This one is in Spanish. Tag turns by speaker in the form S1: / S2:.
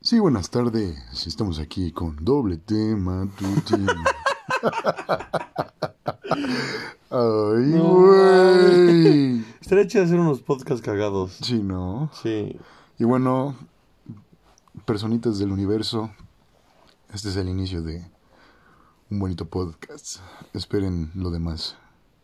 S1: Sí, buenas tardes. Estamos aquí con doble tema. Tu tema. Ay,
S2: No,
S1: güey.
S2: Estaría chido hacer unos podcasts cagados.
S1: Sí, ¿no?
S2: Sí.
S1: Y bueno, personitas del universo, este es el inicio de un bonito podcast. Esperen lo demás.